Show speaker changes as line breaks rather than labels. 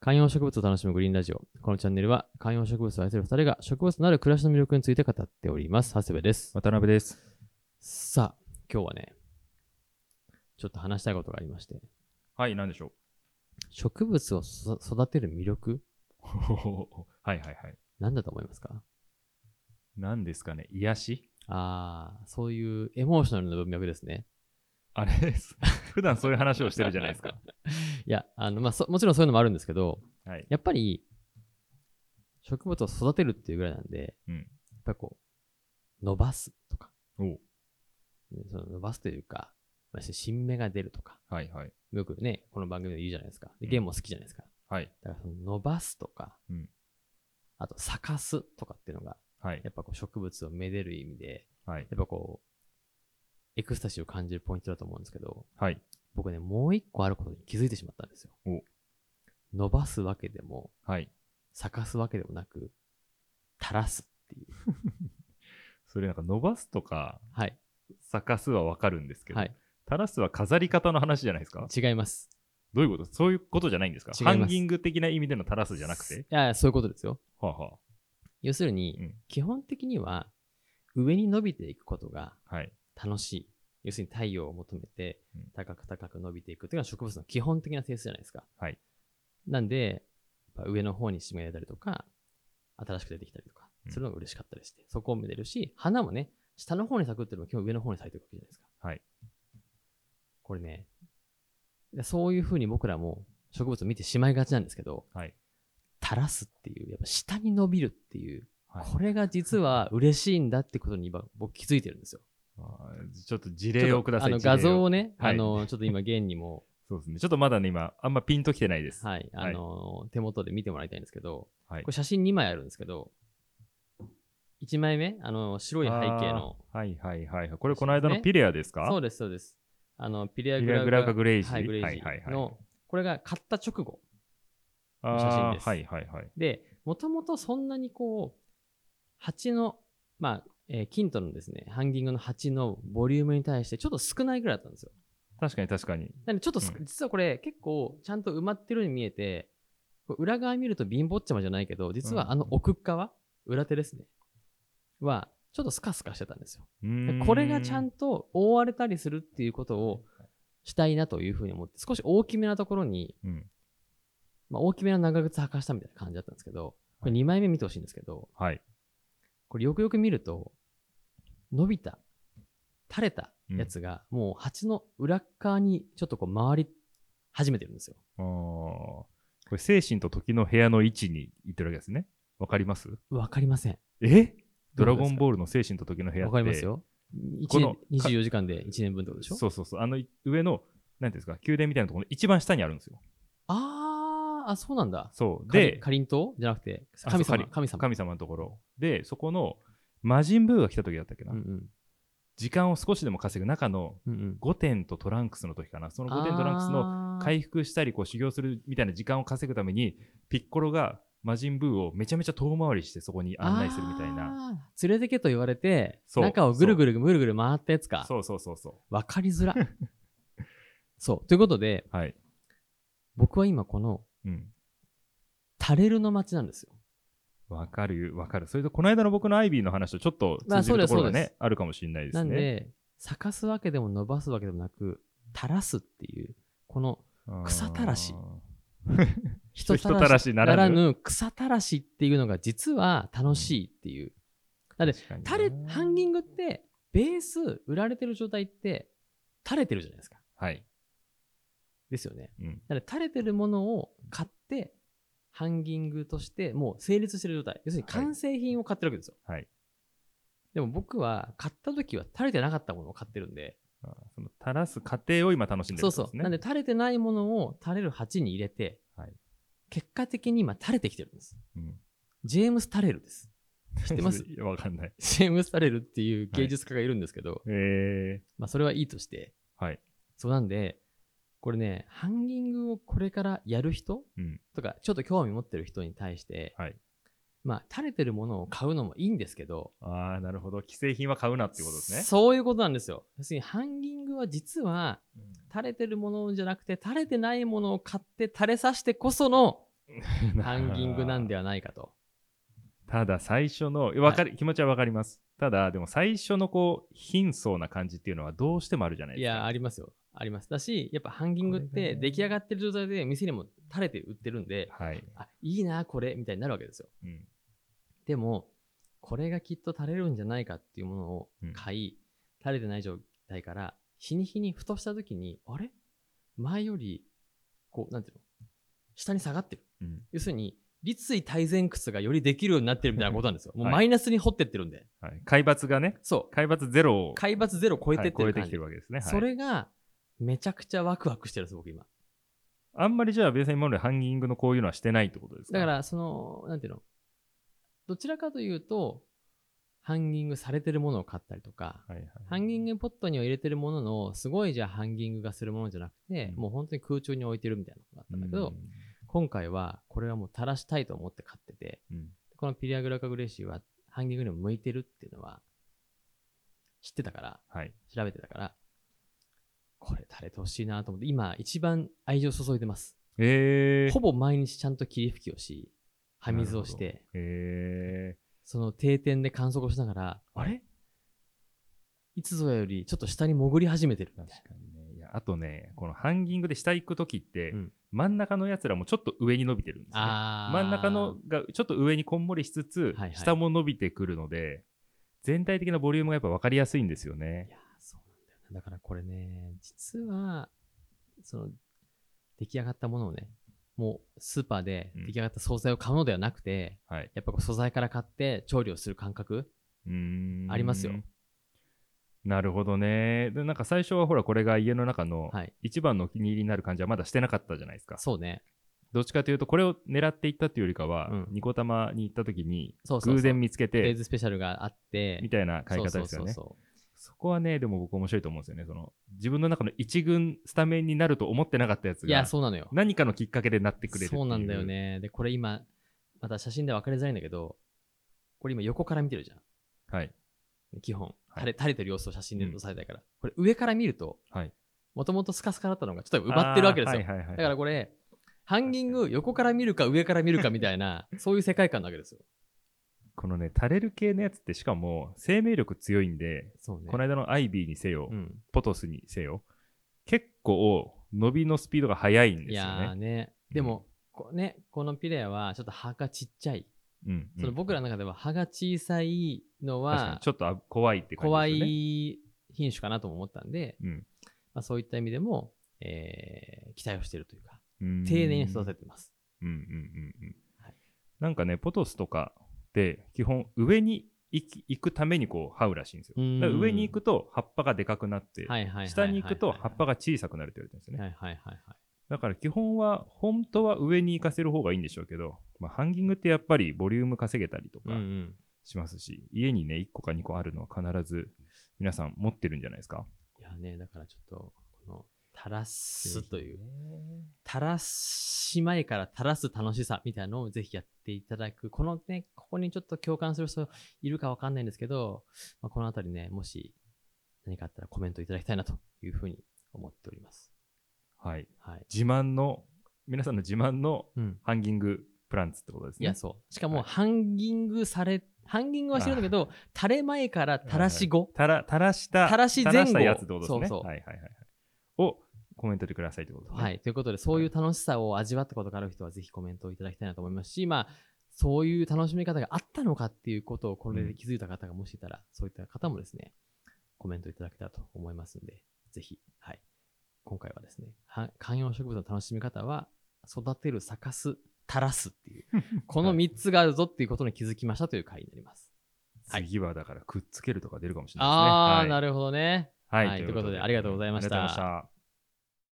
観葉植物を楽しむグリーンラジオ。このチャンネルは観葉植物を愛する二人が植物のある暮らしの魅力について語っております。長谷部です。
渡辺です。
さあ、今日はね、ちょっと話したいことがありまして、
はい、なんでしょ
植物をそ育てる魅力、
う。 はいはいはい。
なんだと思いますか
何ですかね癒し
ああ、そういうエモーショナルな文脈ですね。
あれ です。普段そういう話をしてるじゃないですか。。
いや、あの、まあそ、もちろんそういうのもあるんですけど、
はい。
やっぱり、植物を育てるっていうぐらいなんで、
うん
やっぱりこう、伸ばすとか、
おう
ねその伸ばすというか、まあし新芽が出るとか、
はいはい。
よくね、この番組で言うじゃないですか。で
うん
ゲームも好きじゃないですか。
はい。
だからその伸ばすとか、
うん
あと咲かすとかっていうのが、
はい
や。っぱこう植物をめでる意味で、
はい。
やっぱこう、エクスタシーを感じるポイントだと思うんですけど、
はい。
僕ね、もう一個あることに気づいてしまったんですよ
お。
伸ばすわけでも、
はい。
咲かすわけでもなく、垂らすっていう。
それなんか伸ばすとか、
はい。
咲かすはわかるんですけど、
はい。
垂らすは飾り方の話じゃないですか
違います。
どういうことそういうことじゃないんですか
違いま
ハ
す
ンギング的な意味での垂らすじゃなく
い
て
やいや、そういうことですよ。
はあ、は
要するに、
うん
基本的には、上に伸びていくことが
あ、はい。
楽しい。要するに太陽を求めて
うん、
高く高く伸びていくというのは植物の基本的な性質じゃないですか。
はい。
なんで、やっぱ上の方に締めたりとか、新しく出てきたりとか
う、ん
するのが嬉しかったりして、そこをめでるし、花もね、下の方に咲くっていうのも基本上の方に咲いていくわけじゃないですか。
はい。
これね、そういうふうに僕らも植物を見てしまいがちなんですけど、
はい。
垂らすっていう、やっぱ下に伸びるっていう、
はい、
これが実は嬉しいんだってことに今僕気づいてるんですよ。
あーちょっと事例をください。
ちょっと
事例
あの画像をね、
はい
あの、ちょっと今現に も、
そうですね。ちょっとまだね、今、あんまピンときてないです。
はい、あの、手元で見てもらいたいんですけど、
はい
これ写真2枚あるんですけど、1枚目、あの、白い背景の、
あーはいはいはいはい。これこの間のピレアですか
そうです、そうです。あの、ピレア
ピ
グ
レ
ラ
アグラウカグレイジー。
はい、グレイジ
はいはいは
ー
い
の、これが買った直後
あー
写真です
はいはいはい。
で、もともとそんなにこう、鉢の、まあ、えーキントのですね、ハンギングの鉢のボリュームに対してちょっと少ないぐらいだったんですよ。
確かに確かに。
なんでちょっとす、
うん
実はこれ結構ちゃんと埋まってるように見えて、こう裏側見ると貧乏っちゃまじゃないけど、実はあの奥っ側、裏手ですね、は、ちょっとスカスカしてたんですよ。
う
で
ー
これがちゃんと覆われたりするっていうことをしたいなというふうに思って、少し大きめなところに、
うん。
まあ、大きめな長靴履かしたみたいな感じだったんですけど、これ2枚目見てほしいんですけど、
はい。
これよくよく見ると、伸びた、垂れたやつが、もう鉢の裏側にちょっとこう回り始めてるんですよ。
あーこれ精神と時の部屋の位置に行ってるわけですね。わかります
わかりません。
え
ど
ド
ういうことですか
ラゴンボールの精神と時の部屋って。
わかりますよ。
この
一年24時間で1年分ってことでしょ
そうそうそう。あのい上の、なんていうんですか、宮殿みたいなところの一番下にあるんですよ。
あー、あ、そうなんだ。
そう。
かり
で、
かりんとうじゃなくて、
あ
神
そうか
様、
り
神様。
神様のところ。で、そこの魔人ブーが来た時だったっけな。
うんうん。
時間を少しでも稼ぐ中の
うんうん。
5点とトランクスの時かな。その5点トランクスの
の
回復したりこう修行するみたいな時間を稼ぐためにピッコロが魔人ブーをめちゃめちゃ遠回りしてそこに案内するみたいな
な。連れてけと言われて、
そう
中をぐるぐるぐるぐる回ったやつか。
そうそうそうそ
わかりづ ら。そう。ということで、
うはい、
僕は今この、
うん、
垂れるの街なんですよ。
わかるわかるそれとこの間の僕のアイビーの話とちょっと
まあ
通じるところ
そ
が
うですそう
ねあるかもしれないで
な
す
ん
ね
で、咲かすわけでも伸ばすわけでもなく、垂らすっていう、この
うん
草たらし人
人
た
た
ら
ら
し
し
な
な
ら
らぬ
ぬ草たらしっていうのが実は楽しいっていう。だって
確かにな
垂れ、ハンギングって、ベース売られてる状態って垂れてるじゃないですか。
はい、
ですよね。
うん、
だから垂れてるものを買って、ハンギングとしてもう成立してる状態。要するに
はい
完成品を買ってるわけですよ。
はい
でも僕は買った時は垂れてなかったものを買ってるんで、
あその垂らす過程を今楽しんで
そうん
るですね
そう。なんで垂れてないものを垂れる鉢に入れて、
はい
結果的に今垂れてきてるんです。
うん、
ジェームス・タレルです。知ってます
い やわかんない
ジェームス・タレルっていう芸術家がいるんですけど、
え
まあそれはいいとして、
ー、はい、
そうなんで、これね、ハンギングをこれからやる人
うん、
とか、ちょっと興味持ってる人に対して、
はい
まあ垂れてるものを買うのもいいんですけど、
ああなるほど既製品は買うなっていうことですね
そういうことなんですよ。要するにハンギングは実は
うん
垂れてるものじゃなくて、垂れてないものを買って垂れさしてこそのハンギングなんではないかと。
ただ最初の、わかる、気持ちはわかります。ただ、でも最初のこう、貧相な感じっていうのはどうしてもあるじゃない
い
ですか。
や、ありますよ。あります。だし、やっぱハンギングっ
これ
て
がね
出来上がってる状態で店にも垂れて売ってるんで、
はい。
あ、いいな、これ、みたいになるわけですよ。
うん。
でも、これがきっと垂れるんじゃないかっていうものを買い、垂れてない状態から、日に日にふとした時に、あれ前より、こう、なんていうの下に下がってる。
うん。
要するに、立位体前屈がよりできるようになってるみたいなことなん ですよ。もう
はい
マイナスに掘ってってるんで。
はい。海抜がね、
そう。
海抜ゼロを
海抜ゼロ超えてってる
はい超え
感
て
じ
きてるわけですね。はい
それが、めちゃくちゃワクワクしてるんです、僕今。
あんまりじゃあ、ベーさん今までハンギングのこういうのはしてないってことですか
だか、ら、その、なんていうの、どちらかというと、ハンギングされてるものを買ったりとか、
はいはい、
ハンギングポットには入れてるものの、すごいじゃあハンギングがするものじゃなくて、
うん
もう本当に空中に置いてるみたいなのがあったんだけど、
う
今回はこれはもう垂らしたいと思って買ってて、
ん、うん
このピリアグラカグレイシーはハンギングにも向いてるっていうのは、知ってたから、
はい。
調べてたから、これ垂れてほしいなと思って、今一番愛情注いでます。
えー。
ほぼ毎日ちゃんと霧吹きをし、葉水をし
な
て、
え
その定点で観測をしながら、あれいつぞやよりちょっと下に潜り始めてる
ー。
み
確
たい
かにね。いや、あとね、このハンギングで下行くときって、
うん
真ん中のやつらもちょっと上に伸びてるんですね。
な。あー
真ん中の、がちょっと上にこんもりしつつ、
はいはい
下も伸びてくるので、全体的なボリュームがやっぱ分かりやすいんですよ
い
ね。
やー、そうなんだよな。だからこれね、実は、その、出来上がったものをね、もうスーパーで
うん
出来上がった惣菜を買うのではなくて、
はい。
やっぱこう素材から買って調理をする感覚
うーん
ありますよ。
なるほどね。で、なんか最初はほら、これが家の中の
はい。
一番のお気に入りになる感じはまだしてなかったじゃないですか。
そうね。
どっちかというと、これを狙っていったというよりかは、
うん
ニコタマに行った時に、
そうそうそう
偶然見つけ
フェ
て
ー、ズスペシャルがあって、
みたいな買い方です
そう。そ
よね
うそうそう
そこはね、でも僕面白いと思うんですよね。その、自分の中の一軍スタメンになると思ってなかったやつ
いや、
が、
そうなのよ。
何かのきっかけでなってくれるってい
そうなんだよ。ね。で、これ今、また写真で分かりづらいんだけど、これ今横から見てるじゃ
はい。
ん。基本。
はい
垂れ,、垂れてる様子を写真で
うん
載せたいから。これ上から見ると、
はい。
もともとスカスカだったのがちょっと奪ってるわけですよ。
あーはいはいはい、
だからこれ、ハンギング横から見るか上から見るかみたい な、そういう世界観なわけですよ。
このね、垂れる系のやつってしかも生命力強いんで、
そうね。
この間のアイビーにせよ、
うん。
ポトスにせよ、結構伸びのスピードが速いん
い
ですよ
やー
ね。
ね。でも、こね、このピレアはちょっと葉がちっちゃい。
うん、
その僕ら
の
の中では葉が小さいのは
ちょっとあ怖いって感じ
怖
ですよね。
い品種かなとも思ったんで、
うん
まあ、そういった意味でも、えー期待をしているというか、
うん
丁寧に育ててます。
うんうんうんうん
はい
なんかね、ポトスとかって基本上に行き行くためにこう這うらしいんですよ。
うん
だから上に行くと葉っぱがでかくなって、
はいはいはいはいはい
下に行くと葉っぱが小さくなるって言われてるんですよね。
はいはいはいはい。
だから基本は、本当は上に行かせる方がいいんでしょうけど、まあ、ハンギングってやっぱりボリューム稼げたりと
う
か
んうん。
しますし、家にね、1個か2個あるのは必ず皆さん持ってるんじゃないですか。
いやね、だからちょっと、この、垂らすという、垂らし前から垂らす楽しさみたいなのをぜひやっていただく。このね、ここにちょっと共感する人いるかわかんないんですけど、まあ、このあたりね、もし何かあったらコメントいただきたいなというふうに思っております。
はい。
はい。
自慢の、皆さんの自慢の
うん。
ハンギングプランツってことです
い
ね。
や、そう。しかも、
はい
ハンギングされ、ハンギングはしてるんだけど、垂れ前から垂らし後。
たら、垂らした、
垂らし前後
垂らしたやつってことですね。
そうそう
はいはいはいはい。をコメントでくださいってことですね。
はい。ということで、そういう楽しさを味わったことがある人は、ぜひコメントをいただきたいなと思いますし、まあ、そういう楽しみ方があったのかっていうことを、これで気づいた方がもしいたら、そういった方もですね、コメントいただけたらと思いますので、ぜひ、はい。今回はですね、は観葉植物の楽しみ方は、育てる、咲かす、垂らすっていう、こ の3つがあるぞっていうことに気づきましたという回になります。はい
次はだからくっつけるとか出るかもしれないですね。
ああ、
はい
なるほどね。
はい、
はいということでありがとうございました
ありがとうございました。